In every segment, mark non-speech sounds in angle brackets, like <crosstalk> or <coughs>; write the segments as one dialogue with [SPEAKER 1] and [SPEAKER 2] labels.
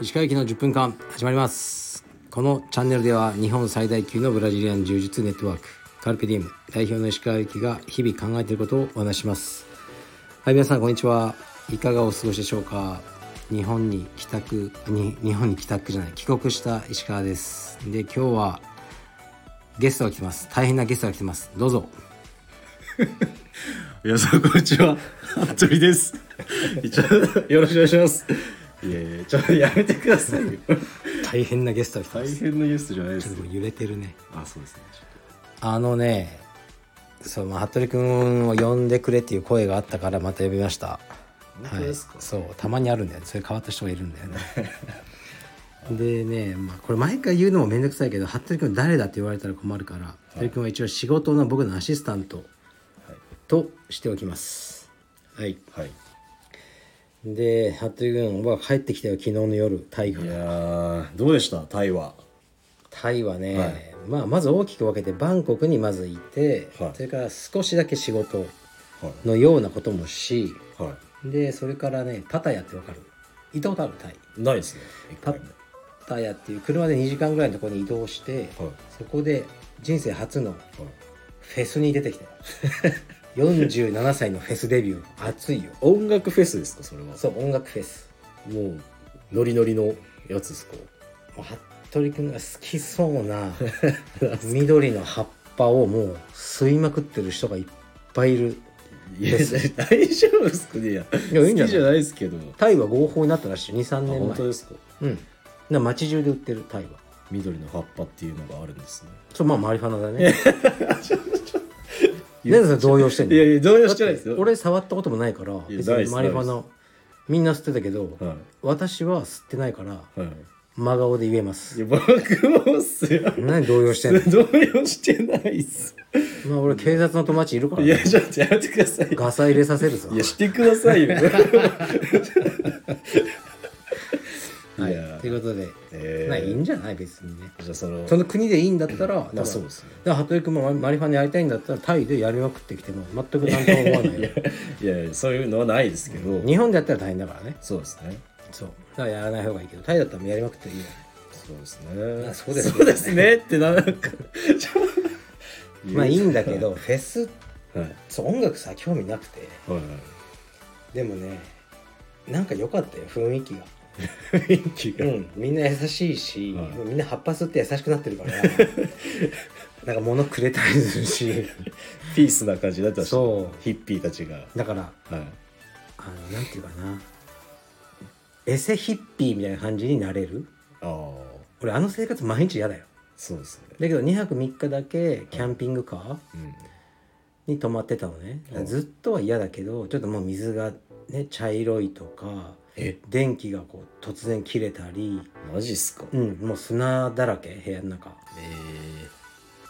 [SPEAKER 1] 石川行きの10分間始まりますこのチャンネルでは日本最大級のブラジリアン柔術ネットワークカルペディウム代表の石川行きが日々考えていることをお話ししますはい皆さんこんにちはいかがお過ごしでしょうか日本に帰宅に日本に帰宅じゃない帰国した石川ですで今日はゲストが来てます大変なゲストが来てますどうぞ
[SPEAKER 2] 皆さんこんにちは。服部 <laughs> です。一応よろしくお願いします。いやいやちょっとやめてくださいよ。
[SPEAKER 1] 大変なゲストが来てま
[SPEAKER 2] <laughs> 大
[SPEAKER 1] す
[SPEAKER 2] 変なゲストじゃないで
[SPEAKER 1] ちょっ
[SPEAKER 2] す
[SPEAKER 1] と
[SPEAKER 2] よ。
[SPEAKER 1] もう揺れてるね
[SPEAKER 2] あそうですね。
[SPEAKER 1] あのねそう、まあ、服部君を呼んでくれっていう声があったからまた呼びました
[SPEAKER 2] 本当ですか
[SPEAKER 1] はい、そうたまにあるんだよねそういう変わった人がいるん
[SPEAKER 2] <laughs>
[SPEAKER 1] だよねでね、まあ、これ毎回言うのも面倒くさいけど服部君誰だって言われたら困るから、服部君は一応仕事の僕のアシスタントとしておきますはい
[SPEAKER 2] はい。
[SPEAKER 1] で服部君は帰ってきたよ昨日の夜タイか
[SPEAKER 2] い
[SPEAKER 1] ら
[SPEAKER 2] やーどうでしたタイは。
[SPEAKER 1] タイはね、
[SPEAKER 2] はい
[SPEAKER 1] まあ、まず大きく分けてバンコクにまずいて、
[SPEAKER 2] はい
[SPEAKER 1] それから少しだけ仕事
[SPEAKER 2] は
[SPEAKER 1] のようなこともし
[SPEAKER 2] いは
[SPEAKER 1] でそれからねパタヤってわかる行ったことあるタイ
[SPEAKER 2] い。ないですね。一
[SPEAKER 1] パ
[SPEAKER 2] も
[SPEAKER 1] タヤっていう車で2時間ぐらいのところに移動して、
[SPEAKER 2] はい
[SPEAKER 1] そこで人生初の
[SPEAKER 2] はい
[SPEAKER 1] フェスに出てきた <laughs> よ47歳のフェスデビュー熱いよ
[SPEAKER 2] 音楽フェスですかそれは。
[SPEAKER 1] そう音楽フェス
[SPEAKER 2] もうノリノリのやつですか。
[SPEAKER 1] もう服部君が好きそう <laughs> な緑の葉っぱをもう吸いまくってる人がいっぱいいる
[SPEAKER 2] いや大丈夫ですかねいや
[SPEAKER 1] いやいいんじゃない
[SPEAKER 2] 好きじゃないですけど。
[SPEAKER 1] タイは合法になったらしい23
[SPEAKER 2] あ
[SPEAKER 1] 年
[SPEAKER 2] 本当
[SPEAKER 1] 前
[SPEAKER 2] ですか。
[SPEAKER 1] うんな街中で売ってるタイは
[SPEAKER 2] 緑の葉っぱっていうのがあるんですね。
[SPEAKER 1] そうまあマリファナだ
[SPEAKER 2] <laughs>
[SPEAKER 1] ねなんでそれ動揺してんの
[SPEAKER 2] いやいや動揺してないです
[SPEAKER 1] だ
[SPEAKER 2] よ。
[SPEAKER 1] って俺触ったこともないから別
[SPEAKER 2] ないで
[SPEAKER 1] に
[SPEAKER 2] す
[SPEAKER 1] マリファナみんな吸ってたけど、
[SPEAKER 2] は
[SPEAKER 1] 私は吸ってないから
[SPEAKER 2] いはい。
[SPEAKER 1] 真顔で言えま
[SPEAKER 2] い
[SPEAKER 1] す
[SPEAKER 2] や僕もっすよ。
[SPEAKER 1] 何動揺
[SPEAKER 2] <laughs>
[SPEAKER 1] してんの
[SPEAKER 2] 動揺してないっす。
[SPEAKER 1] まあ俺警察の友達いるから
[SPEAKER 2] い
[SPEAKER 1] ね、
[SPEAKER 2] や、ちょっとやめてください。
[SPEAKER 1] ガサ入れさせるぞ
[SPEAKER 2] いや、してくださいよ。
[SPEAKER 1] はい
[SPEAKER 2] いや
[SPEAKER 1] ということで、
[SPEAKER 2] えー
[SPEAKER 1] まあいいんじゃない別にね
[SPEAKER 2] じゃあ、その、
[SPEAKER 1] その国でいいんだったら、だから
[SPEAKER 2] あそうですね
[SPEAKER 1] だから服部君もマリマリファナやりたいんだったらタイでやりまくってきても全く何とも思わないよ
[SPEAKER 2] <laughs> いやいや、そういうのはないですけど、
[SPEAKER 1] 日本でやったら大変だからね
[SPEAKER 2] そうですね。
[SPEAKER 1] そうだからやらない方がいいけどタイだったらもうやりまくっていいよね
[SPEAKER 2] そうですね。
[SPEAKER 1] あそうですね
[SPEAKER 2] そうですねって、なんか、ちょ
[SPEAKER 1] <laughs> まあいいんだけど <laughs> フェス
[SPEAKER 2] はい。はい
[SPEAKER 1] そう音楽さ興味なくて
[SPEAKER 2] はい。
[SPEAKER 1] でもねなんか良かったよ雰囲気が
[SPEAKER 2] 雰囲気
[SPEAKER 1] う
[SPEAKER 2] が。
[SPEAKER 1] んみんな優しいし、
[SPEAKER 2] はい
[SPEAKER 1] みんな葉っぱ吸って優しくなってる <laughs> からなんか物くれたりするし
[SPEAKER 2] ピースな感じだったし
[SPEAKER 1] そう
[SPEAKER 2] ヒッピーたちが。
[SPEAKER 1] だから
[SPEAKER 2] はい。
[SPEAKER 1] あのなんていうかなエセヒッピーみたいな感じになれる
[SPEAKER 2] ああ、
[SPEAKER 1] 俺あの生活毎日嫌だよ
[SPEAKER 2] そうですね。
[SPEAKER 1] だけど2泊3日だけキャンピングカー
[SPEAKER 2] うん。
[SPEAKER 1] に泊まってたのね
[SPEAKER 2] はい
[SPEAKER 1] ずっとは嫌だけどちょっともう水がね茶色いとか
[SPEAKER 2] え、
[SPEAKER 1] 電気がこう突然切れたり
[SPEAKER 2] マジっすか
[SPEAKER 1] うんもう砂だらけ部屋の中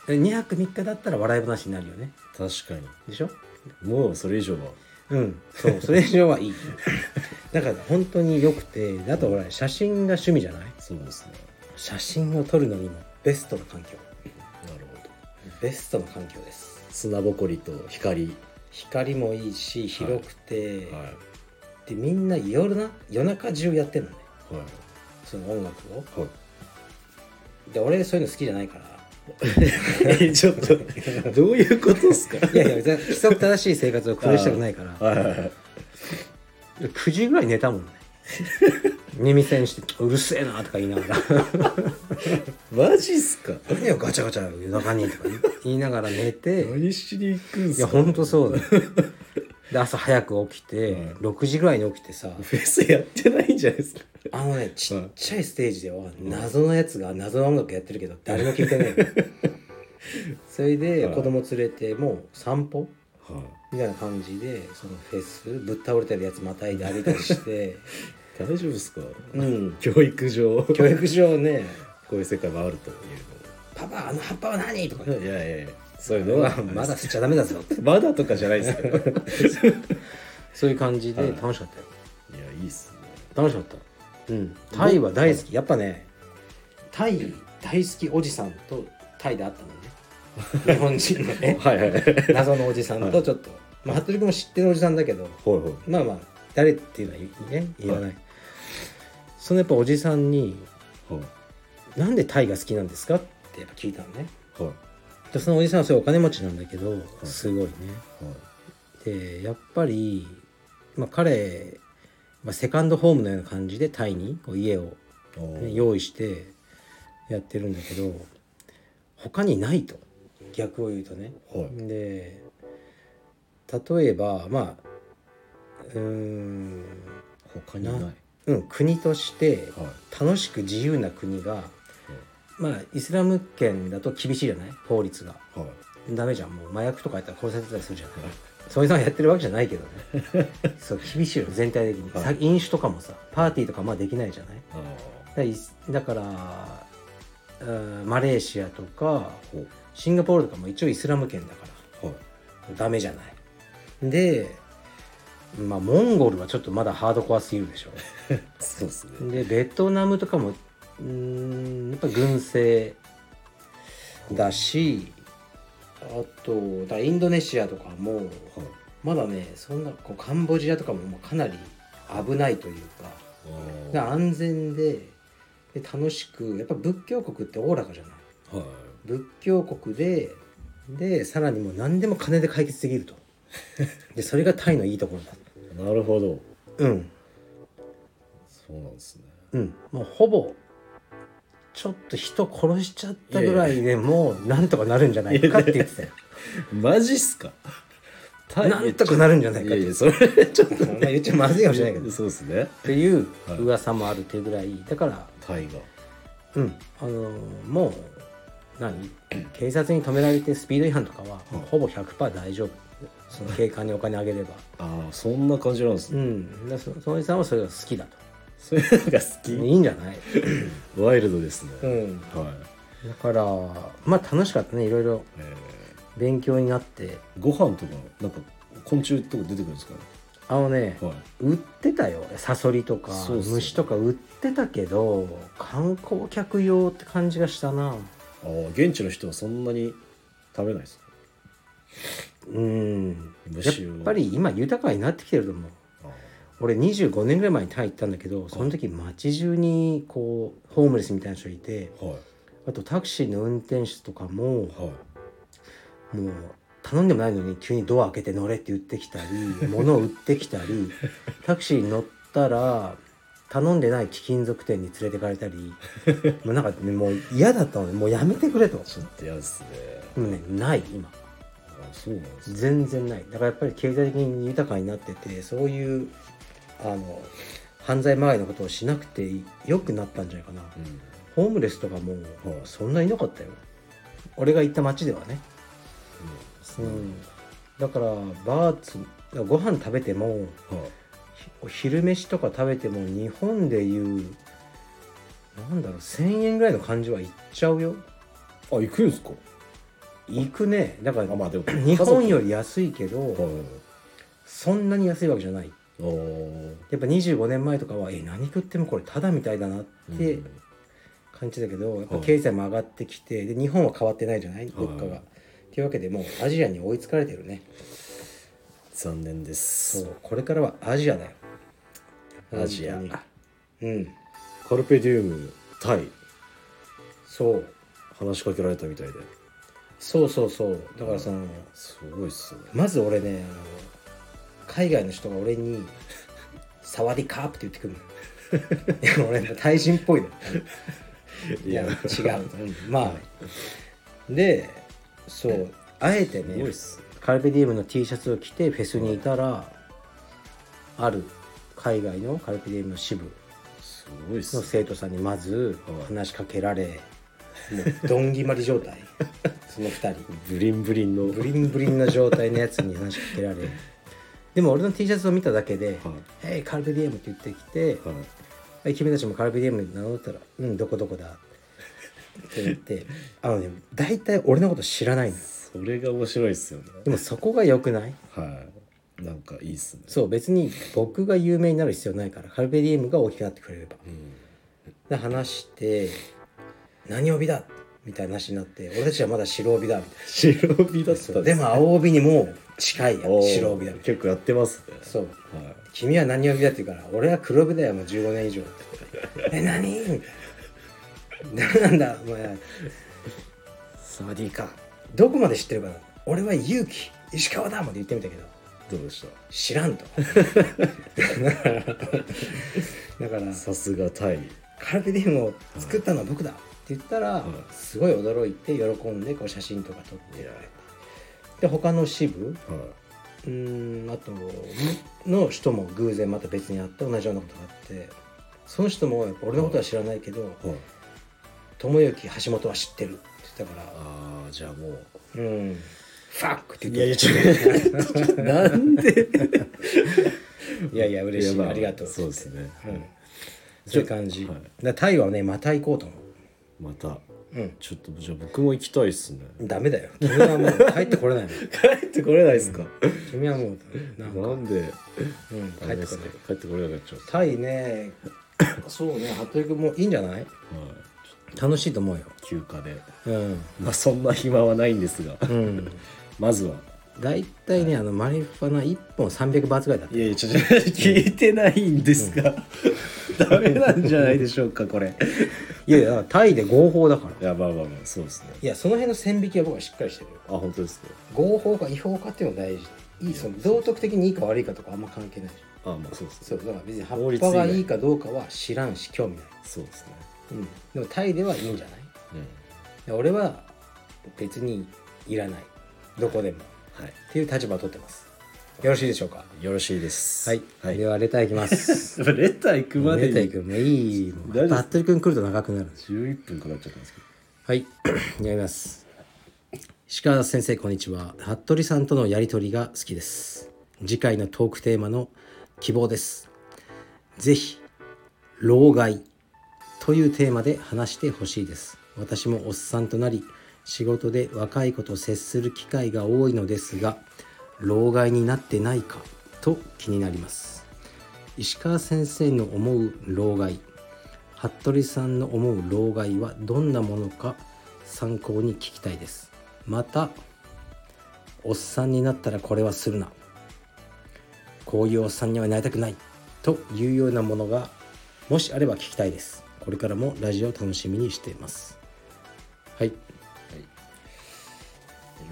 [SPEAKER 2] え
[SPEAKER 1] で2泊3日だったら笑い話になるよね
[SPEAKER 2] え確かに。
[SPEAKER 1] でしょ
[SPEAKER 2] もうそれ以上は。
[SPEAKER 1] うん <laughs> そうそれ以上はいいだから本当に良くてあと俺写真が趣味じゃない
[SPEAKER 2] そうですね。
[SPEAKER 1] 写真を撮るのにもベストの環境
[SPEAKER 2] なるほど。
[SPEAKER 1] ベストの環境です
[SPEAKER 2] 砂ぼこりと光。
[SPEAKER 1] 光もいいし広くて、
[SPEAKER 2] は
[SPEAKER 1] でみんな夜な夜中中やってんのね
[SPEAKER 2] い。は
[SPEAKER 1] その音楽を
[SPEAKER 2] い。は
[SPEAKER 1] で俺そういうの好きじゃないから <laughs>
[SPEAKER 2] い。 <laughs> え、ちょっと、どういうことですか
[SPEAKER 1] いやいや別に規則正しい生活を苦したくないから
[SPEAKER 2] <laughs> はいはいはい。
[SPEAKER 1] 9時ぐらい寝た <laughs> もんね耳栓してうるせえなとか言いながら
[SPEAKER 2] マジっすか
[SPEAKER 1] 何をガチャガチャ夜中にとか言いながら寝て
[SPEAKER 2] 何しに行くん
[SPEAKER 1] い
[SPEAKER 2] す
[SPEAKER 1] や
[SPEAKER 2] か
[SPEAKER 1] ほんとそうだよ <laughs> で朝早く起きて、
[SPEAKER 2] はい
[SPEAKER 1] 6時ぐらいに起きてさ
[SPEAKER 2] フェスやってないんじゃないですか
[SPEAKER 1] あのねちっちゃいステージでは謎のやつが謎の音楽やってるけど誰も聞いてない <laughs> のそれで
[SPEAKER 2] はい
[SPEAKER 1] 子供連れてもう散歩
[SPEAKER 2] は
[SPEAKER 1] みたいな感じでそのフェスぶっ倒れてるやつまたいで歩いたりして
[SPEAKER 2] い。大丈夫っすか
[SPEAKER 1] <laughs> うん
[SPEAKER 2] 教育上、こ
[SPEAKER 1] 教育上ね
[SPEAKER 2] ういう世界もあるとい
[SPEAKER 1] 「パパあの葉っぱは何?」とか
[SPEAKER 2] うの。いやいやいや、そういう
[SPEAKER 1] う
[SPEAKER 2] の
[SPEAKER 1] わ
[SPEAKER 2] は、
[SPEAKER 1] まだ吸っちゃダメだぞって
[SPEAKER 2] まだとかじゃないです <laughs> けど。い
[SPEAKER 1] そういう感じで
[SPEAKER 2] はい
[SPEAKER 1] 楽しかったよ
[SPEAKER 2] や、いいっすね。
[SPEAKER 1] 楽しかったうんタイは大好きやっぱねタイ大好きおじさん <laughs> とタイで会ったのね日本人のね
[SPEAKER 2] はいはい。 <laughs>
[SPEAKER 1] 謎のおじさんとちょっとまあ服部君も知ってるおじさんだけど
[SPEAKER 2] ほいほい
[SPEAKER 1] まあまあ誰っていうのは言,、ね、言わない、そのやっぱおじさんに
[SPEAKER 2] ほい
[SPEAKER 1] 「なんでタイが好きなんですか?」ってやっぱ聞いたのね
[SPEAKER 2] ほいほ
[SPEAKER 1] でそのおじさんはすごいお金持ちなんだけどすごいね
[SPEAKER 2] い
[SPEAKER 1] でやっぱり、まあ、彼、まあ、セカンドホームのような感じでタイにこう家を
[SPEAKER 2] お
[SPEAKER 1] ね
[SPEAKER 2] ー
[SPEAKER 1] 用意してやってるんだけど他にないと逆を言うとね
[SPEAKER 2] ほい
[SPEAKER 1] で例えばまあうーん
[SPEAKER 2] 他にない
[SPEAKER 1] な
[SPEAKER 2] はい
[SPEAKER 1] うん国として楽しく自由な国がまあイスラム圏だと厳しいじゃない法律が
[SPEAKER 2] はいはい
[SPEAKER 1] ダメじゃんもう麻薬とかやったら殺されてたりするじゃんそういうのはやってるわけじゃないけど
[SPEAKER 2] <laughs>
[SPEAKER 1] ねそう厳しいよ全体的に、
[SPEAKER 2] は
[SPEAKER 1] さ
[SPEAKER 2] い
[SPEAKER 1] 飲酒とかもさパーティーとかまあできないじゃない
[SPEAKER 2] あ
[SPEAKER 1] だからいだからうんマレーシアとか
[SPEAKER 2] ーほい
[SPEAKER 1] シンガポールとかも一応イスラム圏だか
[SPEAKER 2] はい
[SPEAKER 1] らダメじゃないでまあモンゴルはちょっとまだハードコアすぎるでしょ
[SPEAKER 2] そうです
[SPEAKER 1] で
[SPEAKER 2] ね
[SPEAKER 1] ベトナムとかもうーんやっぱ軍政だしあとだからインドネシアとかも
[SPEAKER 2] はい
[SPEAKER 1] まだねそんなこうカンボジアとかももうかなり危ないというか
[SPEAKER 2] あ
[SPEAKER 1] で
[SPEAKER 2] ー
[SPEAKER 1] 安全でで楽しくやっぱ仏教国っておおらかじゃない
[SPEAKER 2] はい
[SPEAKER 1] 仏教国ででさらにもう何でも金で解決できるとでそれがタイのいいところだ
[SPEAKER 2] なるほど
[SPEAKER 1] うん
[SPEAKER 2] そうなんですね
[SPEAKER 1] うんもうほぼちょっと人殺しちゃったぐらいでもうなんとかなるんじゃないかって言ってたよ
[SPEAKER 2] マジっすか
[SPEAKER 1] なんとかなるんじゃない
[SPEAKER 2] い
[SPEAKER 1] か
[SPEAKER 2] や
[SPEAKER 1] っ
[SPEAKER 2] い
[SPEAKER 1] て
[SPEAKER 2] やそれ <laughs> ちょっと
[SPEAKER 1] まあ言っちゃまずいかもしれないけどっ
[SPEAKER 2] そうですね
[SPEAKER 1] ていう
[SPEAKER 2] はい
[SPEAKER 1] 噂もあるっていうぐらいだから
[SPEAKER 2] タイが
[SPEAKER 1] うんあのーもう何警察に止められてスピード違反とかは
[SPEAKER 2] うん
[SPEAKER 1] ほぼ100%大丈夫その警官にお金あげれば
[SPEAKER 2] ああそんな感じなんです
[SPEAKER 1] う
[SPEAKER 2] ね、
[SPEAKER 1] んだそそのおじさんはそれが好きだと
[SPEAKER 2] そういうのが好
[SPEAKER 1] い
[SPEAKER 2] き
[SPEAKER 1] いんじゃない、
[SPEAKER 2] ワイルドですね、
[SPEAKER 1] ん、
[SPEAKER 2] はい、
[SPEAKER 1] だからまあ楽しかったねいろいろ
[SPEAKER 2] え
[SPEAKER 1] 勉強になって
[SPEAKER 2] ー、ご飯とかなんか昆虫とか出てくるんですかね
[SPEAKER 1] あのね
[SPEAKER 2] はい
[SPEAKER 1] 売ってたよサソリとか
[SPEAKER 2] そうそう
[SPEAKER 1] 虫とか売ってたけど観光客用って感じがしたな
[SPEAKER 2] ああ現地の人はそんなに食べないですか
[SPEAKER 1] うんやっ
[SPEAKER 2] 虫を
[SPEAKER 1] ぱり今豊かになってきてると思う
[SPEAKER 2] あ
[SPEAKER 1] 俺25年ぐらい前にタイ行ったんだけどその時街中にこうホームレスみたいな人いて
[SPEAKER 2] あはい
[SPEAKER 1] あとタクシーの運転手とかも
[SPEAKER 2] はい
[SPEAKER 1] もう頼んでもないのに急にドア開けて乗れって言ってきたり物を売ってきたりタクシーに乗ったら頼んでない貴金属店に連れてかれたりもうなんかねもう嫌だったのでもうやめてくれとも
[SPEAKER 2] ちょっと嫌ですね
[SPEAKER 1] うねない今
[SPEAKER 2] あそうなんですね
[SPEAKER 1] 全然ないだからやっぱり経済的に豊かになっててそういうあの犯罪まがいのことをしなくてよくなったんじゃないかな
[SPEAKER 2] うん
[SPEAKER 1] ホームレスとかも
[SPEAKER 2] はい
[SPEAKER 1] そんないなかったよ俺が行った街ではねうん、だからバーツご飯食べても
[SPEAKER 2] うんはい
[SPEAKER 1] ひお昼飯とか食べても日本でいうなんだろう1,000円ぐらいの感じはいっちゃうよ
[SPEAKER 2] あ行くんですか
[SPEAKER 1] 行くねだから
[SPEAKER 2] あまあでも
[SPEAKER 1] 日本
[SPEAKER 2] よ
[SPEAKER 1] より安いけ
[SPEAKER 2] りは
[SPEAKER 1] ど
[SPEAKER 2] い
[SPEAKER 1] そんなに安いわけじゃない
[SPEAKER 2] あー
[SPEAKER 1] やっぱ25年前とかはえ何食ってもこれタダみたいだなっ
[SPEAKER 2] うん
[SPEAKER 1] て感じだけど、やっぱ経済も上がってきてで日本は変わってないじゃない物価が。
[SPEAKER 2] はい
[SPEAKER 1] っていうわけでもうアジアに追いつかれてるね。
[SPEAKER 2] 残念で
[SPEAKER 1] そ
[SPEAKER 2] す
[SPEAKER 1] うこれからはアジアだよ
[SPEAKER 2] アジア
[SPEAKER 1] 本当にうん
[SPEAKER 2] カルペディウムタイ
[SPEAKER 1] そう
[SPEAKER 2] 話しかけられたみたいで
[SPEAKER 1] そうそうそうだからその
[SPEAKER 2] すごいっすね
[SPEAKER 1] まず俺ねあの海外の人が俺に「サワディカープ」って言ってくるのいや俺タイ人っぽいのいや違うまあでそうあえて
[SPEAKER 2] すごい
[SPEAKER 1] ね
[SPEAKER 2] っすね
[SPEAKER 1] カルペディウムの T シャツを着てフェスにいたらある海外のカルペディウムの支部
[SPEAKER 2] すごいっす
[SPEAKER 1] の
[SPEAKER 2] ね
[SPEAKER 1] 生徒さんにまず
[SPEAKER 2] はい
[SPEAKER 1] 話しかけられ、もうどんぎまり状態 <laughs> その2人
[SPEAKER 2] ブリンブリンの
[SPEAKER 1] ブリンブリンな状態のやつに話しかけられでも俺の T シャツを見ただけで「えいカルペディエム」って言ってきて
[SPEAKER 2] はいはい
[SPEAKER 1] 「え君たちもカルペディエム名乗ったら「うんどこどこだ」って言ってあのね大体俺のこと知らないの
[SPEAKER 2] それが面白いっすよね
[SPEAKER 1] でもそこが良くない
[SPEAKER 2] はいなんかいいっすね
[SPEAKER 1] そう別に僕が有名になる必要ないからカルペディエムが大きくなってくれれば
[SPEAKER 2] うん
[SPEAKER 1] で話して「何帯だ!」みたいな話になって俺たちはまだ白帯だみたいな
[SPEAKER 2] 白帯だっ
[SPEAKER 1] そ
[SPEAKER 2] た
[SPEAKER 1] うでも青帯にもう近いや
[SPEAKER 2] おー
[SPEAKER 1] 白帯だみたい
[SPEAKER 2] 結構やってますね
[SPEAKER 1] なそう
[SPEAKER 2] はい
[SPEAKER 1] 君は何帯だって言うから俺は黒帯だよもう15年以
[SPEAKER 2] <laughs>
[SPEAKER 1] 上え何みたいな何なんだお前サワディーかどこまで知ってるかな俺は勇気石川だまで言ってみたけど
[SPEAKER 2] どうでした
[SPEAKER 1] 知らん
[SPEAKER 2] <laughs>
[SPEAKER 1] とだから
[SPEAKER 2] さすがタイ
[SPEAKER 1] カルペディウムを作ったのは僕だって言ったら、
[SPEAKER 2] い
[SPEAKER 1] すごい驚いて喜んでこう写真とか撮って
[SPEAKER 2] いや
[SPEAKER 1] で他の支部
[SPEAKER 2] は
[SPEAKER 1] うーんあとの人も偶然また別に会って同じようなことがあってその人もやっぱ俺のことは知らないけど
[SPEAKER 2] いはい
[SPEAKER 1] 「友幸橋本は知ってる」って言ったから
[SPEAKER 2] ああじゃあもう
[SPEAKER 1] 「うんファック!」って
[SPEAKER 2] いやい
[SPEAKER 1] 言
[SPEAKER 2] や
[SPEAKER 1] って
[SPEAKER 2] 違うなんで
[SPEAKER 1] いやいや嬉しい
[SPEAKER 2] やま
[SPEAKER 1] ありがとう
[SPEAKER 2] そうですね、
[SPEAKER 1] うんそういう感じ、
[SPEAKER 2] はい
[SPEAKER 1] だからタイはねまた行こうと思
[SPEAKER 2] また
[SPEAKER 1] ううん
[SPEAKER 2] ちょっとじゃあ僕も行きたいですね
[SPEAKER 1] ダメだよ君はもう帰ってこれないも
[SPEAKER 2] <laughs>
[SPEAKER 1] ん
[SPEAKER 2] 帰ってこれないですか、
[SPEAKER 1] 君はもうなんか、
[SPEAKER 2] なんで
[SPEAKER 1] うん、帰
[SPEAKER 2] あれ
[SPEAKER 1] って
[SPEAKER 2] で
[SPEAKER 1] こ
[SPEAKER 2] す
[SPEAKER 1] れ
[SPEAKER 2] か
[SPEAKER 1] ない
[SPEAKER 2] 帰ってこれなくなっちゃうんです
[SPEAKER 1] タイねそうね服部君もいいんじゃない
[SPEAKER 2] はい
[SPEAKER 1] 楽しいと思うよ
[SPEAKER 2] ちょっと休暇で
[SPEAKER 1] うん
[SPEAKER 2] まあそんな暇はないんですが、
[SPEAKER 1] うん
[SPEAKER 2] まずは
[SPEAKER 1] 大体ねあのマリファナ1本300バーツぐらいだった
[SPEAKER 2] いやいやちょっと聞いてないんですが、ダメなんじゃないでしょうかこれ
[SPEAKER 1] <laughs> いやいやタイで合法だから
[SPEAKER 2] いやまあまあまあそうですね
[SPEAKER 1] いやその辺の線引きは僕はしっかりしてるよ
[SPEAKER 2] あ本当ですね
[SPEAKER 1] 合法か違法かっていうのが大事いいその道徳的にいいか悪いかとかあんま関係ないじゃん
[SPEAKER 2] あまあそうです
[SPEAKER 1] そ
[SPEAKER 2] ね
[SPEAKER 1] うだから別に葉
[SPEAKER 2] 法
[SPEAKER 1] っ
[SPEAKER 2] 律以
[SPEAKER 1] ぱ
[SPEAKER 2] 外
[SPEAKER 1] がいいかどうかは知らんし興味ない、
[SPEAKER 2] そうですね
[SPEAKER 1] うん、でもタイではいいんじゃない
[SPEAKER 2] うん
[SPEAKER 1] で俺は別にいらないどこでも
[SPEAKER 2] はい
[SPEAKER 1] っていう立場を取ってますよろしいでしょうか
[SPEAKER 2] よろしいです
[SPEAKER 1] はい、
[SPEAKER 2] はい、
[SPEAKER 1] ではレターいきます
[SPEAKER 2] <laughs> レター行くまで
[SPEAKER 1] レ
[SPEAKER 2] に
[SPEAKER 1] ターいくもういいもう
[SPEAKER 2] 大丈夫
[SPEAKER 1] 服部君来ると長くなる
[SPEAKER 2] 11分かかっちゃったんですけ
[SPEAKER 1] はい <coughs> やります石川先生こんにちは服部さんとのやりとりが好きです次回のトークテーマの希望ですぜひ老害というテーマで話してほしいです私もおっさんとなり仕事で若い子と接する機会が多いのですが老害になってないかと気になります石川先生の思う老害服部さんの思う老害はどんなものか参考に聞きたいですまたおっさんになったらこれはするなこういうおっさんにはなりたくないというようなものがもしあれば聞きたいですこれからもラジオを楽しみにしていますはい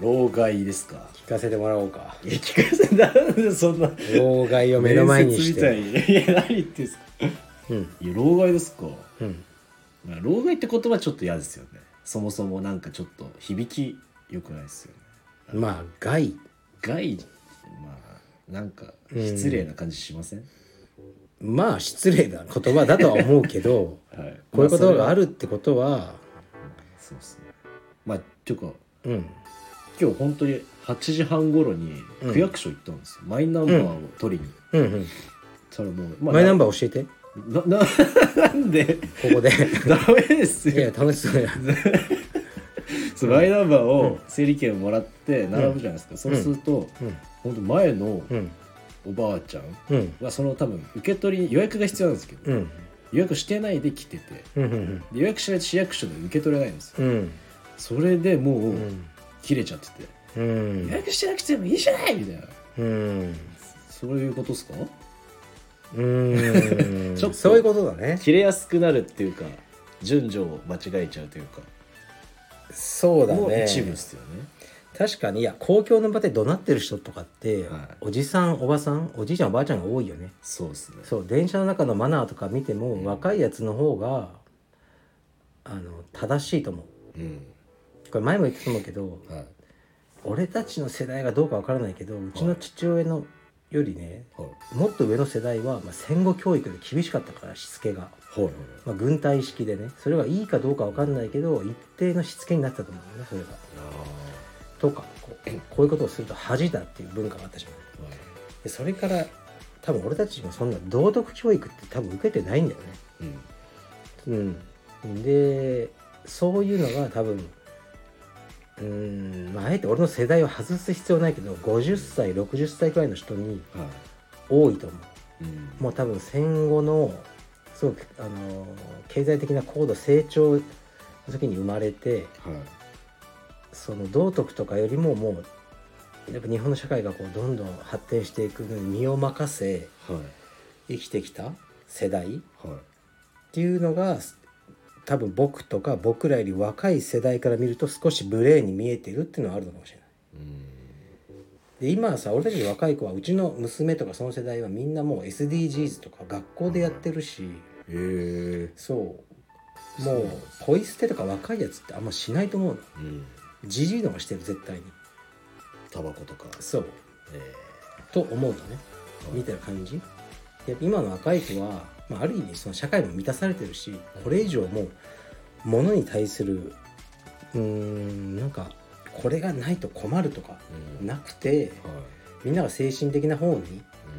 [SPEAKER 2] ど老害ですか
[SPEAKER 1] 聞かせてもらおうか
[SPEAKER 2] いや聞かせなんでそんな
[SPEAKER 1] 老害を目の前にして
[SPEAKER 2] 面接みたいにいや何言ってんすか
[SPEAKER 1] うん
[SPEAKER 2] いや老害ですか、
[SPEAKER 1] うん
[SPEAKER 2] まあ、老害って言葉ちょっと嫌ですよねそもそもなんかちょっと響き良くないですよね
[SPEAKER 1] まあ害
[SPEAKER 2] 害まあなんか失礼な感じしません、
[SPEAKER 1] まあ失礼な言葉だとは思うけ
[SPEAKER 2] <laughs>
[SPEAKER 1] ど
[SPEAKER 2] はい
[SPEAKER 1] こういう言葉があ
[SPEAKER 2] る、
[SPEAKER 1] るってことは
[SPEAKER 2] そうですねまあていうか
[SPEAKER 1] うん
[SPEAKER 2] 今日本当に8時半頃に
[SPEAKER 1] うん
[SPEAKER 2] 区役所行ったんですよ、マイナンバーを取りに、
[SPEAKER 1] うんうん
[SPEAKER 2] それもう、
[SPEAKER 1] マイナン
[SPEAKER 2] バ
[SPEAKER 1] バー教えてこ
[SPEAKER 2] ーなな <laughs> なんで
[SPEAKER 1] こ
[SPEAKER 2] <laughs>
[SPEAKER 1] で
[SPEAKER 2] ダメです
[SPEAKER 1] いや
[SPEAKER 2] よ
[SPEAKER 1] 楽しそうや
[SPEAKER 2] そうマイナンバーを整理券もらって並ぶじゃないですか、そうすると、
[SPEAKER 1] うん
[SPEAKER 2] 本当前の
[SPEAKER 1] うん
[SPEAKER 2] おばあちゃん
[SPEAKER 1] うん
[SPEAKER 2] はその多分受け取り予約が必要なんですけど、
[SPEAKER 1] うん
[SPEAKER 2] 予約してないで来てて
[SPEAKER 1] うんうん
[SPEAKER 2] で予約しないと市役所で受け取れないんですよ
[SPEAKER 1] うん
[SPEAKER 2] それでも
[SPEAKER 1] う
[SPEAKER 2] うん切れちゃってて、
[SPEAKER 1] うんうん
[SPEAKER 2] 予約してなくてもいいじゃないみたいな
[SPEAKER 1] うん
[SPEAKER 2] そういうことですか
[SPEAKER 1] うん
[SPEAKER 2] ちょっと
[SPEAKER 1] そういうことだね
[SPEAKER 2] 切れやすくなるっていうか順序を間違えちゃうというか
[SPEAKER 1] そうだ
[SPEAKER 2] もう
[SPEAKER 1] ね
[SPEAKER 2] 一部ですよね
[SPEAKER 1] 確かにいや公共の場で怒鳴ってる人とかって、
[SPEAKER 2] はい
[SPEAKER 1] おじさんおばさんおじいちゃんおばあちゃんが多いよね
[SPEAKER 2] そうですね
[SPEAKER 1] そう電車の中のマナーとか見ても、若いやつの方があの正しいと思う
[SPEAKER 2] うん
[SPEAKER 1] これ前も言ったと思うけど
[SPEAKER 2] はいはい
[SPEAKER 1] 俺たちの世代がどうかわからないけどうちの父親のよりね、もっと上の世代は、まあ、戦後教育で厳しかったからしつけが、
[SPEAKER 2] はいはい
[SPEAKER 1] まあ、軍隊式でねそれがいいかどうかわかんないけど一定のしつけになってたと思うねそれが。とかこうこういうことをすると恥だっていう文化があったじゃない
[SPEAKER 2] はい
[SPEAKER 1] でそれから多分俺たちもそんな道徳教育って多分受けてないんだよね。
[SPEAKER 2] うん
[SPEAKER 1] うん、でそういうのが多分うん、まあ、あえて俺の世代を外す必要ないけど50歳60歳くらいの人に
[SPEAKER 2] はい
[SPEAKER 1] 多いと思う。
[SPEAKER 2] うん
[SPEAKER 1] もう多分戦後のすごくあの経済的な高度成長の時に生まれて
[SPEAKER 2] はい
[SPEAKER 1] その道徳とかよりももうやっぱ日本の社会がこうどんどん発展していくのに身を任せ
[SPEAKER 2] は
[SPEAKER 1] 生
[SPEAKER 2] い
[SPEAKER 1] きてきた世代っ
[SPEAKER 2] はい
[SPEAKER 1] ていうのが多分僕とか僕らより若い世代から見ると少し無礼に見えてるっていうのはあるのかもしれない。で今はさ俺たち若い子はうちの娘とかその世代はみんなもう SDGs とか学校でやってるし
[SPEAKER 2] えー
[SPEAKER 1] そうもうポイ捨てとか若いやつってあんましないと思うの
[SPEAKER 2] うん
[SPEAKER 1] じじいのがしてる絶対に
[SPEAKER 2] タバコとか
[SPEAKER 1] そう
[SPEAKER 2] え
[SPEAKER 1] と思うとねみたいな感じやっぱ今の若い子は、まあ、ある意味その社会も満たされてるしこれ以上もう物に対するうーんなんかこれがないと困るとか
[SPEAKER 2] うん
[SPEAKER 1] なくて
[SPEAKER 2] ーは
[SPEAKER 1] みんなが精神的な方に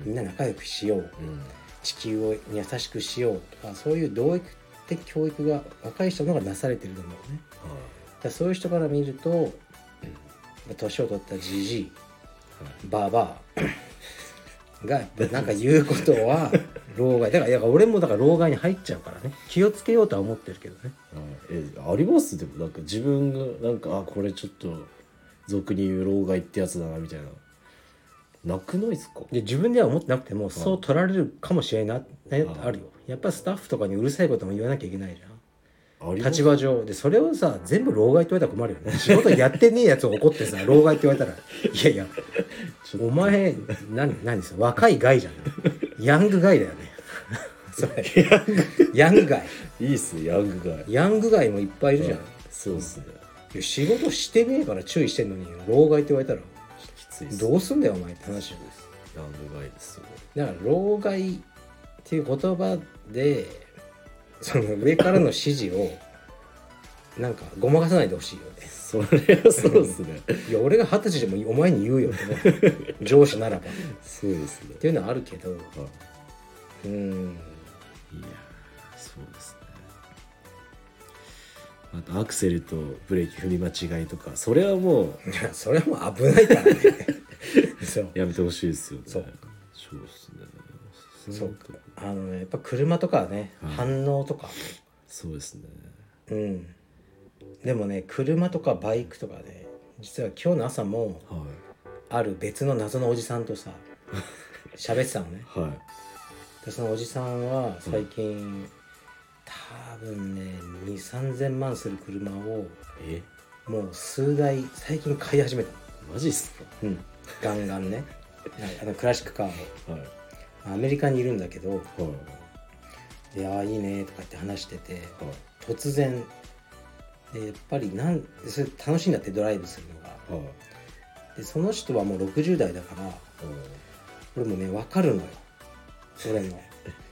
[SPEAKER 1] みんな仲良くしよう
[SPEAKER 2] いうん
[SPEAKER 1] 地球を優しくしようとかそういう同育的教育が若い人の方がなされてると思うね
[SPEAKER 2] は
[SPEAKER 1] だからそういう人から見ると年を取ったじじい
[SPEAKER 2] いはい
[SPEAKER 1] ばばあがなんか言うことは老害だからいや俺もだから老害に入っちゃうからね気をつけようとは思ってるけどね
[SPEAKER 2] はいえありますでもなんか自分がなんかあこれちょっと俗に言う老害ってやつだなみたいななくないですか
[SPEAKER 1] で自分では思ってなくてもそう取られるかもしれないな
[SPEAKER 2] あ
[SPEAKER 1] あるよやっぱスタッフとかにうるさいことも言わなきゃいけないじゃん
[SPEAKER 2] あります
[SPEAKER 1] 立場上でそれをさ全部老害って言われたら困るよね <laughs> 仕事やってねえやつを怒ってさ <laughs> 老害って言われたらいやいやお前何何それ若い害じゃんヤング害だよね <laughs> それヤング害
[SPEAKER 2] いいっすねヤングガイ
[SPEAKER 1] ヤング害もいっぱいいるじゃん、
[SPEAKER 2] そうっすね
[SPEAKER 1] いや仕事してねえから注意してんのに老害って言われたら
[SPEAKER 2] ちょっときついっす
[SPEAKER 1] どうすんだよお前って話なんです
[SPEAKER 2] ヤングガイですよ
[SPEAKER 1] だから老害っていう言葉でその上からの指示をなんかごまかさないでほしいよね
[SPEAKER 2] それはそうっす
[SPEAKER 1] <laughs>
[SPEAKER 2] ね
[SPEAKER 1] いや俺が二十歳でもお前に言うよってね <laughs> 上司ならばっ
[SPEAKER 2] そうですね
[SPEAKER 1] ていうのはあるけどう
[SPEAKER 2] は
[SPEAKER 1] ーん
[SPEAKER 2] いいやーそうですねあとアクセルとブレーキ踏み間違いとかそれはもう
[SPEAKER 1] いやそれはもう危ないからね <laughs> そう
[SPEAKER 2] やめてほしいですよね
[SPEAKER 1] そう
[SPEAKER 2] そうっすね
[SPEAKER 1] そうかあのねやっぱ車とかはね、
[SPEAKER 2] はい
[SPEAKER 1] 反応とか
[SPEAKER 2] そうですね
[SPEAKER 1] うんでもね車とかバイクとかね実は今日の朝も
[SPEAKER 2] は
[SPEAKER 1] ある別の謎のおじさんと <laughs> さ喋ってたのね
[SPEAKER 2] いはい
[SPEAKER 1] でそのおじさんは最近、多分ね2 3 0 0 0万する車を
[SPEAKER 2] え
[SPEAKER 1] もう数台最近買い始めたの
[SPEAKER 2] マジっす
[SPEAKER 1] うんガンガンねはいあのクラシックカーを
[SPEAKER 2] かはいは
[SPEAKER 1] アメリカにいるんだけど「
[SPEAKER 2] い
[SPEAKER 1] いやーいいね」とか言って話してて
[SPEAKER 2] はい
[SPEAKER 1] 突然でやっぱりなんそれ楽しいんだってドライブするのが
[SPEAKER 2] はい
[SPEAKER 1] でその人はもう60代だから俺もね分かるのよ俺 <laughs> の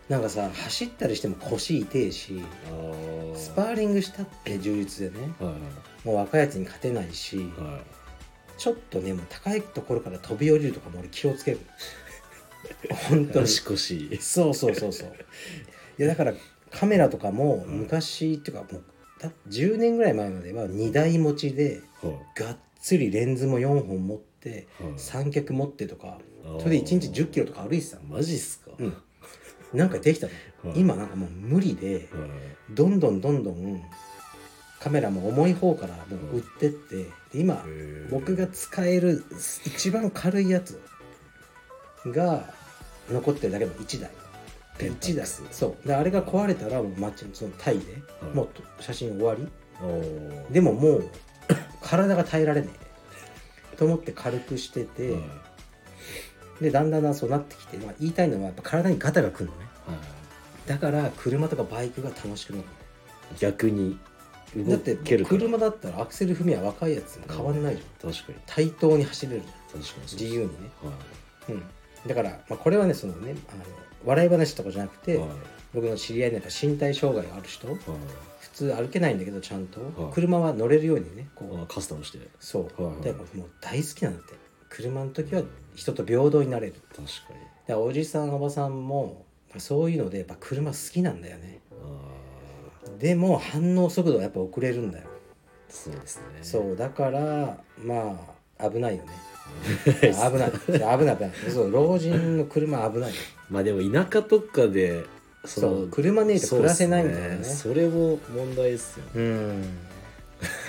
[SPEAKER 1] なんかさ走ったりしても腰痛えし
[SPEAKER 2] あー
[SPEAKER 1] スパーリングしたって柔術でね
[SPEAKER 2] はい
[SPEAKER 1] もう若いやつに勝てないし
[SPEAKER 2] はいはい
[SPEAKER 1] ちょっとねもう高いところから飛び降りるとかも俺気をつ <laughs> ける本当に
[SPEAKER 2] 年越し
[SPEAKER 1] そうそうそうそういやだからカメラとかも昔、っていうかもうだ10年ぐらい前までは2台持ちで
[SPEAKER 2] はい
[SPEAKER 1] がっつりレンズも4本持って
[SPEAKER 2] はい
[SPEAKER 1] 三脚持ってとか
[SPEAKER 2] あー
[SPEAKER 1] それで1日1 0キロとか歩いてたの
[SPEAKER 2] マジっすか
[SPEAKER 1] うんなんかできたの、
[SPEAKER 2] はい
[SPEAKER 1] 今なんかもう無理で
[SPEAKER 2] はい
[SPEAKER 1] どんどんどんどんカメラも重い方からもう売ってってで今
[SPEAKER 2] へー
[SPEAKER 1] 僕が使える一番軽いやつが残ってるだけの1台
[SPEAKER 2] ペンタ
[SPEAKER 1] 1
[SPEAKER 2] ッ
[SPEAKER 1] 台
[SPEAKER 2] クス
[SPEAKER 1] そうであれが壊れたらもうマッチのそのタイで、
[SPEAKER 2] はい
[SPEAKER 1] もうと写真終わり
[SPEAKER 2] おー
[SPEAKER 1] でももう <coughs> 体が耐えられねえと思って軽くしてて、
[SPEAKER 2] はい
[SPEAKER 1] でだんだんだんそうなってきて、まあ、言いたいのはやっぱ体にガタがくるのね
[SPEAKER 2] はい
[SPEAKER 1] だから車とかバイクが楽しくなる
[SPEAKER 2] 逆に
[SPEAKER 1] だって
[SPEAKER 2] 動けるから
[SPEAKER 1] 車だったらアクセル踏みは若いやつも変わんないじゃん
[SPEAKER 2] 確かに
[SPEAKER 1] 対等に走れるじゃ
[SPEAKER 2] 確かに
[SPEAKER 1] ん自由にね
[SPEAKER 2] は
[SPEAKER 1] うんだから、まあ、これはねそのねあの笑い話とかじゃなく
[SPEAKER 2] い
[SPEAKER 1] て、
[SPEAKER 2] はい
[SPEAKER 1] 僕の知り合いのやっぱ身体障害がある人
[SPEAKER 2] はい
[SPEAKER 1] 普通歩けないんだけどちゃんと、
[SPEAKER 2] はい
[SPEAKER 1] 車は乗れるようにねこ
[SPEAKER 2] あ
[SPEAKER 1] う、
[SPEAKER 2] ーカスタムして
[SPEAKER 1] そう、
[SPEAKER 2] はいはい
[SPEAKER 1] だからもう大好きなんだって車の時は人と平等になれるだか
[SPEAKER 2] 確から
[SPEAKER 1] おじさんおばさんもそういうのでやっぱ車好きなんだよね
[SPEAKER 2] にああ
[SPEAKER 1] でも反応速度はやっぱ遅れるんだよ
[SPEAKER 2] そうですね
[SPEAKER 1] そうだからまあ危
[SPEAKER 2] <laughs>
[SPEAKER 1] ないよね危ない危ない危ないそう老人の車危ないよ
[SPEAKER 2] まあでも田舎とかでそ
[SPEAKER 1] そ
[SPEAKER 2] の
[SPEAKER 1] う車ねえと暮らせないみたいなね
[SPEAKER 2] そうっすねそれも問題ですよ
[SPEAKER 1] <laughs>
[SPEAKER 2] ね
[SPEAKER 1] うん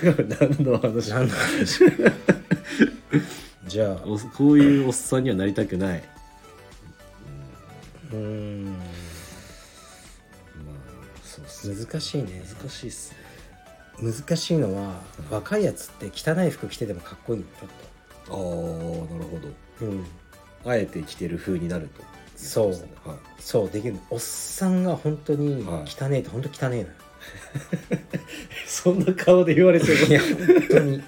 [SPEAKER 2] 何の話
[SPEAKER 1] 何の話 <laughs> じじゃあ
[SPEAKER 2] おこういうおっさんにはなりたくない、
[SPEAKER 1] うーん
[SPEAKER 2] まあそうっすね
[SPEAKER 1] 難しいね
[SPEAKER 2] 難しいっすね
[SPEAKER 1] 難しいのは若いやつって汚い服着ててもかっこいいちょっ
[SPEAKER 2] ああなるほど
[SPEAKER 1] とうん
[SPEAKER 2] あえて着てる風になると
[SPEAKER 1] そう
[SPEAKER 2] ですねはい <laughs>
[SPEAKER 1] そうできるのおっさんが本当に汚いと本当汚いのよ、
[SPEAKER 2] そんな顔で言われて
[SPEAKER 1] い、
[SPEAKER 2] る
[SPEAKER 1] や本当に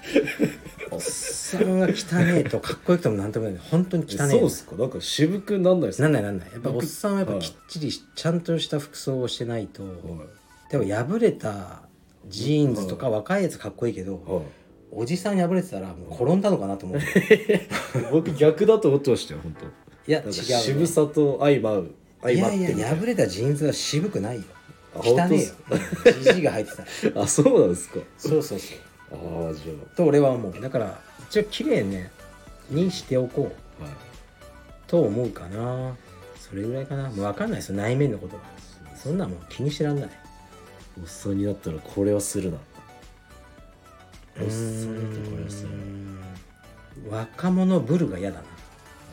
[SPEAKER 1] おっさんが汚いとかっこよくてもなんともない本当に汚いの
[SPEAKER 2] そうっすかなんか渋くなんないっす
[SPEAKER 1] な
[SPEAKER 2] か
[SPEAKER 1] んないなんないやっぱおっさんはやっぱ
[SPEAKER 2] はい
[SPEAKER 1] きっちりしちゃんとした服装をしてないと、
[SPEAKER 2] はい
[SPEAKER 1] でも破れたジーンズとか若いやつかっこいいけど、
[SPEAKER 2] は
[SPEAKER 1] おじさん破れてたらもう転んだのかなと
[SPEAKER 2] <laughs>
[SPEAKER 1] 思う
[SPEAKER 2] い、僕逆だと思ってましたよ本当
[SPEAKER 1] いや違
[SPEAKER 2] なん
[SPEAKER 1] う
[SPEAKER 2] か
[SPEAKER 1] よ
[SPEAKER 2] 渋さと相まう相
[SPEAKER 1] い
[SPEAKER 2] まっ
[SPEAKER 1] や
[SPEAKER 2] て
[SPEAKER 1] いや破
[SPEAKER 2] れ
[SPEAKER 1] れたジーンズは渋くないよ
[SPEAKER 2] あ
[SPEAKER 1] 汚
[SPEAKER 2] 本当っ
[SPEAKER 1] ねえよ
[SPEAKER 2] す <laughs>
[SPEAKER 1] うんジジイが入ってたら
[SPEAKER 2] あそうなんですか
[SPEAKER 1] そうそうそう
[SPEAKER 2] ああじゃ
[SPEAKER 1] と俺は思うだから一応綺麗ねにしておこう
[SPEAKER 2] あ、はい、
[SPEAKER 1] と思うかなそれぐらいかなもう分かんないですよ内面のことはそんなんもう気にしてらんない
[SPEAKER 2] おっさんになったらこれはするなおっさんになったらこれはす
[SPEAKER 1] う
[SPEAKER 2] るな
[SPEAKER 1] ーん若者ぶるが嫌だな、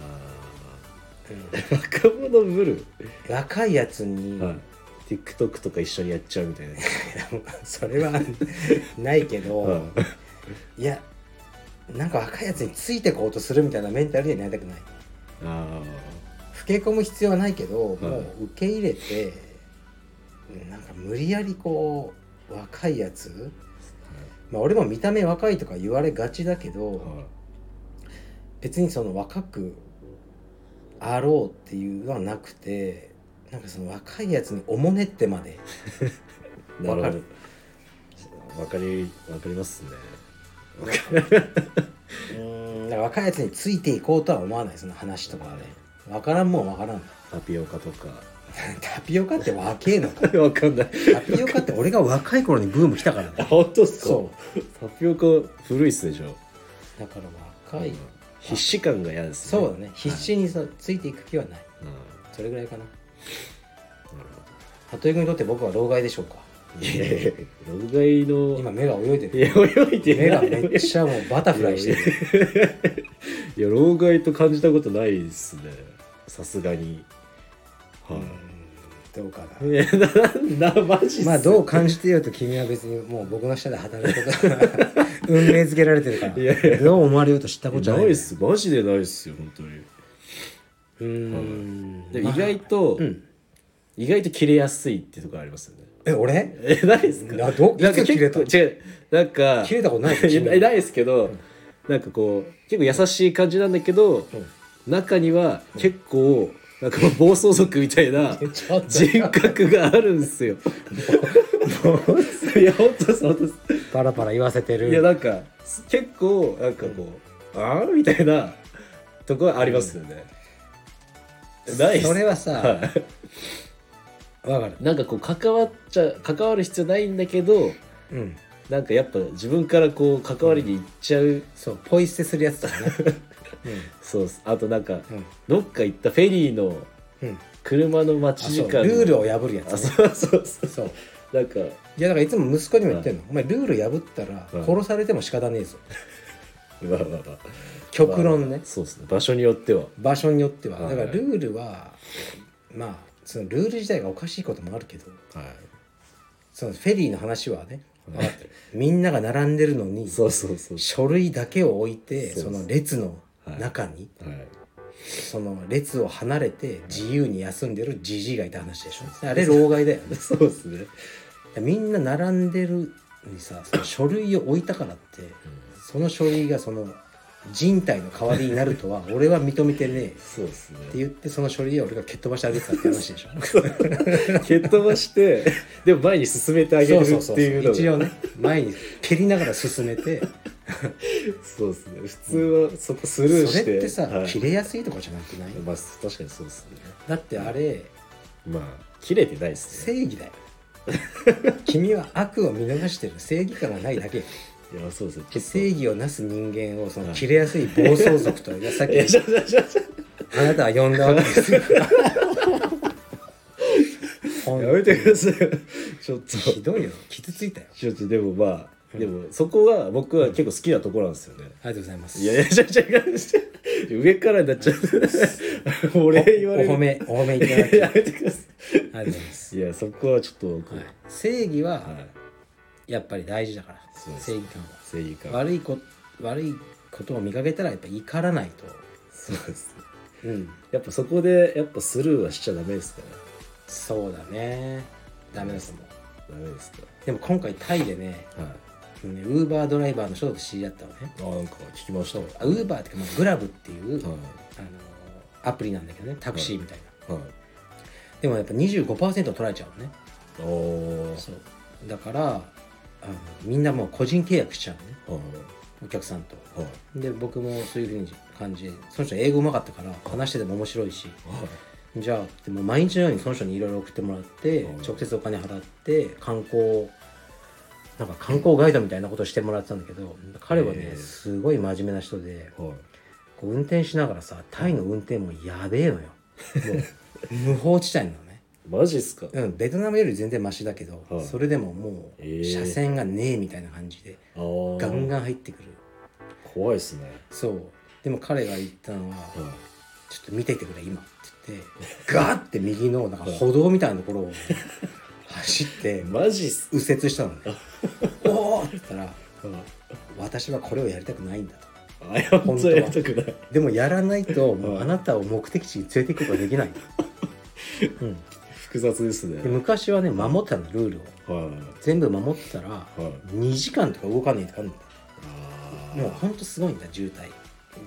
[SPEAKER 2] あー若者ブル
[SPEAKER 1] 若いやつに、
[SPEAKER 2] はい TikTok とか一緒にやっちゃうみた <laughs> いな
[SPEAKER 1] <laughs> それはないけど、
[SPEAKER 2] はい
[SPEAKER 1] いやなんか若いやつについてこうとするみたいなメンタルにはなりたくない
[SPEAKER 2] あ
[SPEAKER 1] 老け込む必要はないけど、
[SPEAKER 2] い
[SPEAKER 1] もう受け入れてなんか無理やりこう若いやつ、まあ、俺も見た目若いとか言われがちだけ
[SPEAKER 2] あ、
[SPEAKER 1] ど、
[SPEAKER 2] はい、
[SPEAKER 1] 別にその若くあろうっていうのはなくてなんかその若いやつにおもねってまで
[SPEAKER 2] な
[SPEAKER 1] わ
[SPEAKER 2] る
[SPEAKER 1] か
[SPEAKER 2] ほ
[SPEAKER 1] る
[SPEAKER 2] どわかりわかりますね
[SPEAKER 1] うーんだから若いやつについていこうとは思わないその話とかはね分からんもん分からん
[SPEAKER 2] タピオカとか
[SPEAKER 1] <laughs> タピオカって若えのか
[SPEAKER 2] <laughs> わかんない
[SPEAKER 1] タピオカって俺が若い頃にブーム来たから
[SPEAKER 2] あ
[SPEAKER 1] ね
[SPEAKER 2] 本当っすか
[SPEAKER 1] そ
[SPEAKER 2] タピオカ古いっすでしょ
[SPEAKER 1] うだから若い、
[SPEAKER 2] 必死感が嫌ですね
[SPEAKER 1] そうだね必死にそうついていく気はない
[SPEAKER 2] うん
[SPEAKER 1] それぐらいかな
[SPEAKER 2] なるほ
[SPEAKER 1] 服部君にとって僕は老害でしょうか
[SPEAKER 2] どいやいやいや老害の
[SPEAKER 1] 今目が泳いで
[SPEAKER 2] い
[SPEAKER 1] る
[SPEAKER 2] や <laughs> 泳い
[SPEAKER 1] 目
[SPEAKER 2] でな
[SPEAKER 1] が
[SPEAKER 2] い
[SPEAKER 1] めっちゃもうバタフライしてる
[SPEAKER 2] いや老害と感じたことないですねさすがにはい、
[SPEAKER 1] どうかな
[SPEAKER 2] え <laughs> ななマジっす
[SPEAKER 1] まあどう感じてようと君は別にもう僕の下で働くことが <laughs> 運命づけられてるから
[SPEAKER 2] いやいや
[SPEAKER 1] どう思われようと知ったことじゃ
[SPEAKER 2] な
[SPEAKER 1] ないい
[SPEAKER 2] っすマジでないっすよ本当に
[SPEAKER 1] うーん
[SPEAKER 2] でも意外と、
[SPEAKER 1] うん
[SPEAKER 2] 意外と切れやすいってとこありますよね
[SPEAKER 1] え俺
[SPEAKER 2] えないですか
[SPEAKER 1] など
[SPEAKER 2] なんか
[SPEAKER 1] いつ切れた
[SPEAKER 2] 結構違うなんか
[SPEAKER 1] 切れたことない
[SPEAKER 2] いや
[SPEAKER 1] 君
[SPEAKER 2] え <laughs> ないですけど、なんかこう結構優しい感じなんだけど、中には結構なんか暴走族みたい
[SPEAKER 1] <laughs>
[SPEAKER 2] な
[SPEAKER 1] ちょっと
[SPEAKER 2] 人格があるんですよ。いや本当です本当です
[SPEAKER 1] パラパラ言わせてる
[SPEAKER 2] いやなんか結構なんかこう、ああみたいなとこありますよね。ないっす
[SPEAKER 1] それはさわ、
[SPEAKER 2] はい
[SPEAKER 1] かる
[SPEAKER 2] なんかこう関わっちゃ関わる必要ないんだけど
[SPEAKER 1] うん
[SPEAKER 2] なんかやっぱ自分からこう関わりに行っちゃう、
[SPEAKER 1] そうポイ捨てするやつだね
[SPEAKER 2] <laughs> そうっすあとなんか、
[SPEAKER 1] うん
[SPEAKER 2] どっか行ったフェリーの
[SPEAKER 1] うん、うん、
[SPEAKER 2] 車の
[SPEAKER 1] あ
[SPEAKER 2] 待ち時
[SPEAKER 1] そう
[SPEAKER 2] 間
[SPEAKER 1] ルールを破るや
[SPEAKER 2] あ
[SPEAKER 1] つ、ね、
[SPEAKER 2] そうそうそう
[SPEAKER 1] そう
[SPEAKER 2] なんか
[SPEAKER 1] いやだからいつも息子にも言ってんの、お前ルール破ったら
[SPEAKER 2] うん
[SPEAKER 1] 殺されても仕方ねえぞ
[SPEAKER 2] まあまあまあ
[SPEAKER 1] 極論ね
[SPEAKER 2] そうですね場所によっては
[SPEAKER 1] 場所によっては
[SPEAKER 2] は
[SPEAKER 1] だ
[SPEAKER 2] い
[SPEAKER 1] からルールはまあそのルール自体がおかしいこともあるけど
[SPEAKER 2] はい
[SPEAKER 1] そのフェリーの話はねわかってるみんなが並んでるのに
[SPEAKER 2] そうそうそう
[SPEAKER 1] 書類だけを置いて
[SPEAKER 2] そう
[SPEAKER 1] そ
[SPEAKER 2] そう
[SPEAKER 1] の列の中に
[SPEAKER 2] はい
[SPEAKER 1] その列を離れて自由に休んでるじじいがいた話でしょあれ老害だよね
[SPEAKER 2] そうですね
[SPEAKER 1] みんな並んでるのにさその書類を置いたからってその書類がその人体の代わりになるとは <laughs> 俺は認めてねえ
[SPEAKER 2] そうですね
[SPEAKER 1] って言ってその書類を俺が蹴っ飛ばしてあげてたって話でしょ
[SPEAKER 2] 蹴っ飛ばしてでも前に進めて <laughs> あげるっていうのが
[SPEAKER 1] 一応ね前に蹴りながら進めて
[SPEAKER 2] そうですね普通はそこスルーして
[SPEAKER 1] それってさ、
[SPEAKER 2] はい
[SPEAKER 1] 切れやすいとかじゃなくない
[SPEAKER 2] まあ確かにそうですね
[SPEAKER 1] だってあれ
[SPEAKER 2] まあ切れてないですね
[SPEAKER 1] 正義
[SPEAKER 2] <laughs>
[SPEAKER 1] だよ君は悪を見逃してる正義感がないだけ
[SPEAKER 2] いやそうですね
[SPEAKER 1] 正義をなす人間をその
[SPEAKER 2] はい
[SPEAKER 1] 切れやすい暴走族と、いやさっ
[SPEAKER 2] いや
[SPEAKER 1] き
[SPEAKER 2] ちょちょちょちょ
[SPEAKER 1] あなたは呼んだわけです
[SPEAKER 2] <laughs>
[SPEAKER 1] よほん
[SPEAKER 2] やめてくださいちょっと
[SPEAKER 1] ひどいよ傷ついたよ
[SPEAKER 2] ちょっとでもまあでもそこが僕は結構好きなところなんですよね、
[SPEAKER 1] ありがとうございます
[SPEAKER 2] いやいや違う違う違う上からになっちゃう俺言われる
[SPEAKER 1] お褒めお褒めいただきありが
[SPEAKER 2] やめてくださ
[SPEAKER 1] とうございます、
[SPEAKER 2] いいやそこはちょっと僕、
[SPEAKER 1] は
[SPEAKER 2] はい、
[SPEAKER 1] い、正義はいやっぱり大事だから、
[SPEAKER 2] そうです
[SPEAKER 1] 正義感は
[SPEAKER 2] 正義感
[SPEAKER 1] 悪いこ悪いことを見かけたらやっぱ怒らないと
[SPEAKER 2] そうですね
[SPEAKER 1] うん
[SPEAKER 2] やっぱそこでやっぱスルーはしちゃダメですか
[SPEAKER 1] そうだねダメですもん
[SPEAKER 2] らダメですか
[SPEAKER 1] でも今回タイでね
[SPEAKER 2] らはい
[SPEAKER 1] ウーバードライバーの人と知り合ったのね
[SPEAKER 2] あなんか聞きましたはい
[SPEAKER 1] ウーバーっていうかまあグラブっていう、あ
[SPEAKER 2] は
[SPEAKER 1] のアプリなんだけどねタクシーみたいな、
[SPEAKER 2] い
[SPEAKER 1] でもやっぱ25%取られちゃうのね
[SPEAKER 2] おお
[SPEAKER 1] そうだからあのみんなもう個人契約しちゃうのね
[SPEAKER 2] はい
[SPEAKER 1] お客さんと
[SPEAKER 2] はい
[SPEAKER 1] で僕もそういうふうに感じでその人英語うまかったから話してても面白いしじゃあでも毎日のようにその人にいろいろ送ってもらって
[SPEAKER 2] うん
[SPEAKER 1] 直接お金払って観光なんか観光ガイドみたいなことしてもらってたんだけど彼は
[SPEAKER 2] へ
[SPEAKER 1] ね
[SPEAKER 2] え
[SPEAKER 1] すごい真面目な人で
[SPEAKER 2] はい
[SPEAKER 1] こう運転しながらさタイの運転もやべえの
[SPEAKER 2] <laughs>
[SPEAKER 1] よもう無法地帯なのね
[SPEAKER 2] マジっすか
[SPEAKER 1] うんベトナムより全然マシだけど、
[SPEAKER 2] はい
[SPEAKER 1] それでもも
[SPEAKER 2] へ
[SPEAKER 1] う
[SPEAKER 2] え
[SPEAKER 1] 車線がねえみたいな感じで
[SPEAKER 2] あー
[SPEAKER 1] ガンガン入ってくる
[SPEAKER 2] 怖いっすね
[SPEAKER 1] そうでも彼が言ったのは
[SPEAKER 2] は
[SPEAKER 1] 「ちょっと見ててくれ今」って言ってガーって右のなんか歩道みたいなところを走って
[SPEAKER 2] いマジっす
[SPEAKER 1] 右折したの
[SPEAKER 2] <laughs>
[SPEAKER 1] ね「おお!」って言ったら
[SPEAKER 2] はい
[SPEAKER 1] 「私はこれをやりたくないんだ」と。
[SPEAKER 2] あや
[SPEAKER 1] 本
[SPEAKER 2] 本
[SPEAKER 1] 当
[SPEAKER 2] 当
[SPEAKER 1] は
[SPEAKER 2] やりたくない
[SPEAKER 1] でもやらないともう
[SPEAKER 2] はい
[SPEAKER 1] あなたを目的地に連れて行くことがで
[SPEAKER 2] <laughs>
[SPEAKER 1] きない、うん、
[SPEAKER 2] 複雑ですね
[SPEAKER 1] で昔はね守ってたのルールを
[SPEAKER 2] はい
[SPEAKER 1] 全部守ってたら
[SPEAKER 2] はい
[SPEAKER 1] 2時間とか動かないとかあるんだ
[SPEAKER 2] あ
[SPEAKER 1] もう
[SPEAKER 2] あ
[SPEAKER 1] ほんとすごいんだ渋滞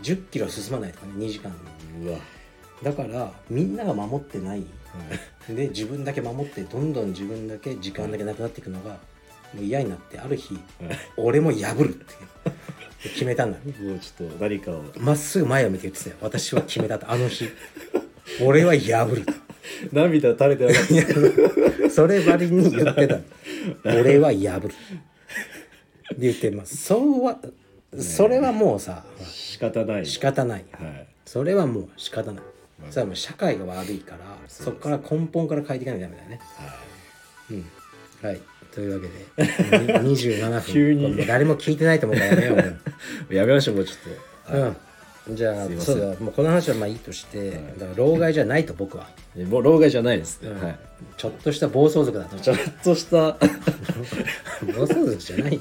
[SPEAKER 1] 1 0キロ進まないとかね2時間
[SPEAKER 2] うわは
[SPEAKER 1] だからみんなが守ってない <laughs> で自分だけ守ってどんどん自分だけ時間だけなくなっていくのがもう嫌になってある日
[SPEAKER 2] い
[SPEAKER 1] 俺も破るっていう決めたんだね
[SPEAKER 2] もうちょっと何かを
[SPEAKER 1] まっすぐ前を見て言ってたよ私は決めたとあの
[SPEAKER 2] <laughs>
[SPEAKER 1] 日俺は破ると
[SPEAKER 2] 涙垂れてなかったです
[SPEAKER 1] そればりに言って
[SPEAKER 2] <laughs>
[SPEAKER 1] たの俺は破るって言ってますそうはそれはもうさ
[SPEAKER 2] 仕方ない
[SPEAKER 1] 仕方ない
[SPEAKER 2] はい
[SPEAKER 1] それはもう仕方ないそれはもう社会が悪いからそこから根本から変えていかなきゃダメだよねうんはいというわけで
[SPEAKER 2] <laughs>
[SPEAKER 1] に27分
[SPEAKER 2] 急に
[SPEAKER 1] これもう誰も聞いてないと思うからやめようもう
[SPEAKER 2] <laughs> やめましょうもうちょっと、
[SPEAKER 1] うんじゃあ
[SPEAKER 2] すいませ
[SPEAKER 1] そ
[SPEAKER 2] ん
[SPEAKER 1] うだもうこの話はまあいいとして、だから老害じゃないと僕は
[SPEAKER 2] えもう老害じゃないですね、
[SPEAKER 1] うん
[SPEAKER 2] はい
[SPEAKER 1] ちょっとした暴走族だと
[SPEAKER 2] ちゃんとしたは
[SPEAKER 1] 暴走族じゃないよ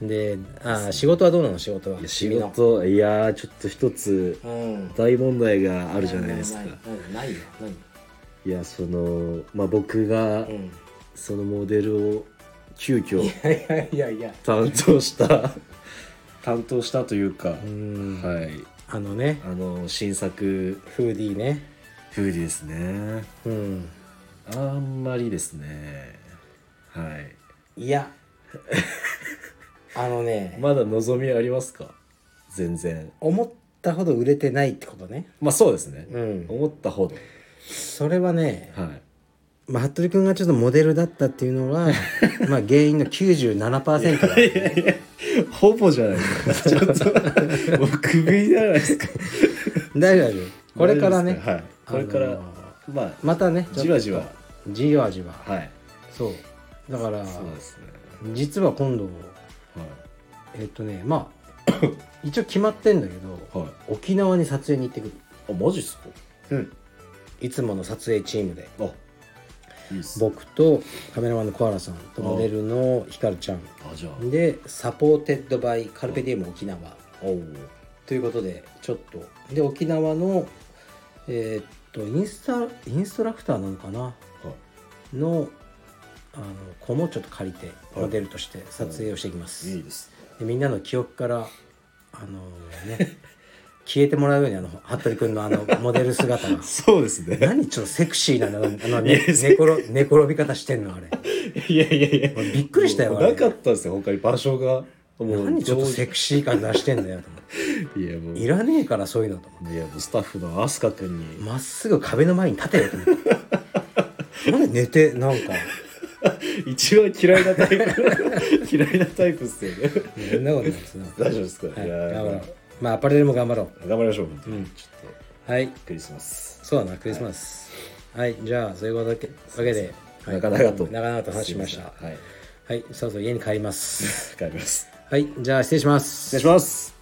[SPEAKER 1] であー仕事はどうなの仕事はい
[SPEAKER 2] いや仕
[SPEAKER 1] 君の
[SPEAKER 2] 事いやーちょっと一つ
[SPEAKER 1] うん
[SPEAKER 2] 大問題があるじゃないですか
[SPEAKER 1] ないないないよ
[SPEAKER 2] いやそのまあ僕が
[SPEAKER 1] 何うん
[SPEAKER 2] そのモデルを急遽
[SPEAKER 1] いやいやいや
[SPEAKER 2] 担当した <laughs> 担当したというか、
[SPEAKER 1] うん
[SPEAKER 2] はい
[SPEAKER 1] あのね
[SPEAKER 2] あの新作
[SPEAKER 1] フーディーね
[SPEAKER 2] 風鈴ですね
[SPEAKER 1] うん
[SPEAKER 2] あんまりですねはい
[SPEAKER 1] いやあのね、
[SPEAKER 2] まだ望みありますか全然
[SPEAKER 1] 思ったほど売れてないってことね
[SPEAKER 2] まあそうですね、
[SPEAKER 1] うん
[SPEAKER 2] 思ったほど
[SPEAKER 1] それはね、
[SPEAKER 2] はい
[SPEAKER 1] まあ、服部君がちょっとモデルだったっていうの
[SPEAKER 2] <laughs>
[SPEAKER 1] はまあ原因の97%だ、
[SPEAKER 2] ほぼじゃないですかちょっともうクビじゃないですか
[SPEAKER 1] 大丈夫大丈夫これからね、
[SPEAKER 2] はいこれから、
[SPEAKER 1] あの
[SPEAKER 2] まあ、
[SPEAKER 1] またね
[SPEAKER 2] じわじわ
[SPEAKER 1] じわじわ
[SPEAKER 2] はい
[SPEAKER 1] そうだから
[SPEAKER 2] そうですね
[SPEAKER 1] 実は今度
[SPEAKER 2] は
[SPEAKER 1] えっとねまあ <coughs> 一応決まってんだけど
[SPEAKER 2] いはい
[SPEAKER 1] 沖縄に撮影に行ってく
[SPEAKER 2] あマジっすか
[SPEAKER 1] るうんいつもの撮影チームで
[SPEAKER 2] あいいっす
[SPEAKER 1] 僕とカメラマンのコアラさんとモデルのヒカルちゃん
[SPEAKER 2] あじゃあ
[SPEAKER 1] でサポーテッドバイカルペディエム沖縄
[SPEAKER 2] おお
[SPEAKER 1] ということでちょっとで沖縄のえーっとインスタインストラクターなのかな
[SPEAKER 2] はい
[SPEAKER 1] のあの子もちょっと借りてモデルとして撮影をしていきます、
[SPEAKER 2] いいです
[SPEAKER 1] でみんなの記憶からあのね <laughs> 消えてもらうようにあの服部君のあのモデル姿 <laughs> が
[SPEAKER 2] そうですね
[SPEAKER 1] 何ちょっとセクシーなのあの、ね、寝転寝転び方してんのあれ
[SPEAKER 2] いやいやいや
[SPEAKER 1] 俺びっくりしたよ
[SPEAKER 2] もう
[SPEAKER 1] あれ
[SPEAKER 2] なかったですよ他に場所がも
[SPEAKER 1] 何ちょっとセ
[SPEAKER 2] ク
[SPEAKER 1] クシー感出してんだよと思って
[SPEAKER 2] いやもう
[SPEAKER 1] いらねえからそういうのと思って
[SPEAKER 2] いやもうスタッフのアスカ君に
[SPEAKER 1] まっすぐ壁の前に立てよと思 <laughs> ってなんで寝てなんか
[SPEAKER 2] 一番嫌い
[SPEAKER 1] <laughs>
[SPEAKER 2] なタイプ嫌いなタイプっすよね
[SPEAKER 1] そんなことないですな、
[SPEAKER 2] 大丈夫ですか、
[SPEAKER 1] はいい、
[SPEAKER 2] や
[SPEAKER 1] 頑張ろ
[SPEAKER 2] ー
[SPEAKER 1] うまあアパレルも頑張ろ
[SPEAKER 2] 頑張りましょう本当に、
[SPEAKER 1] うん
[SPEAKER 2] ちょっ
[SPEAKER 1] うはい
[SPEAKER 2] とクリスマス
[SPEAKER 1] そうだなクリスマスはい、じゃあそういうことだけわけで、はい
[SPEAKER 2] なかなかと
[SPEAKER 1] 長々と話しました
[SPEAKER 2] はい
[SPEAKER 1] はい、そろそろ家に帰ります。
[SPEAKER 2] 帰ります
[SPEAKER 1] はい、じゃあ失礼します。
[SPEAKER 2] 失礼します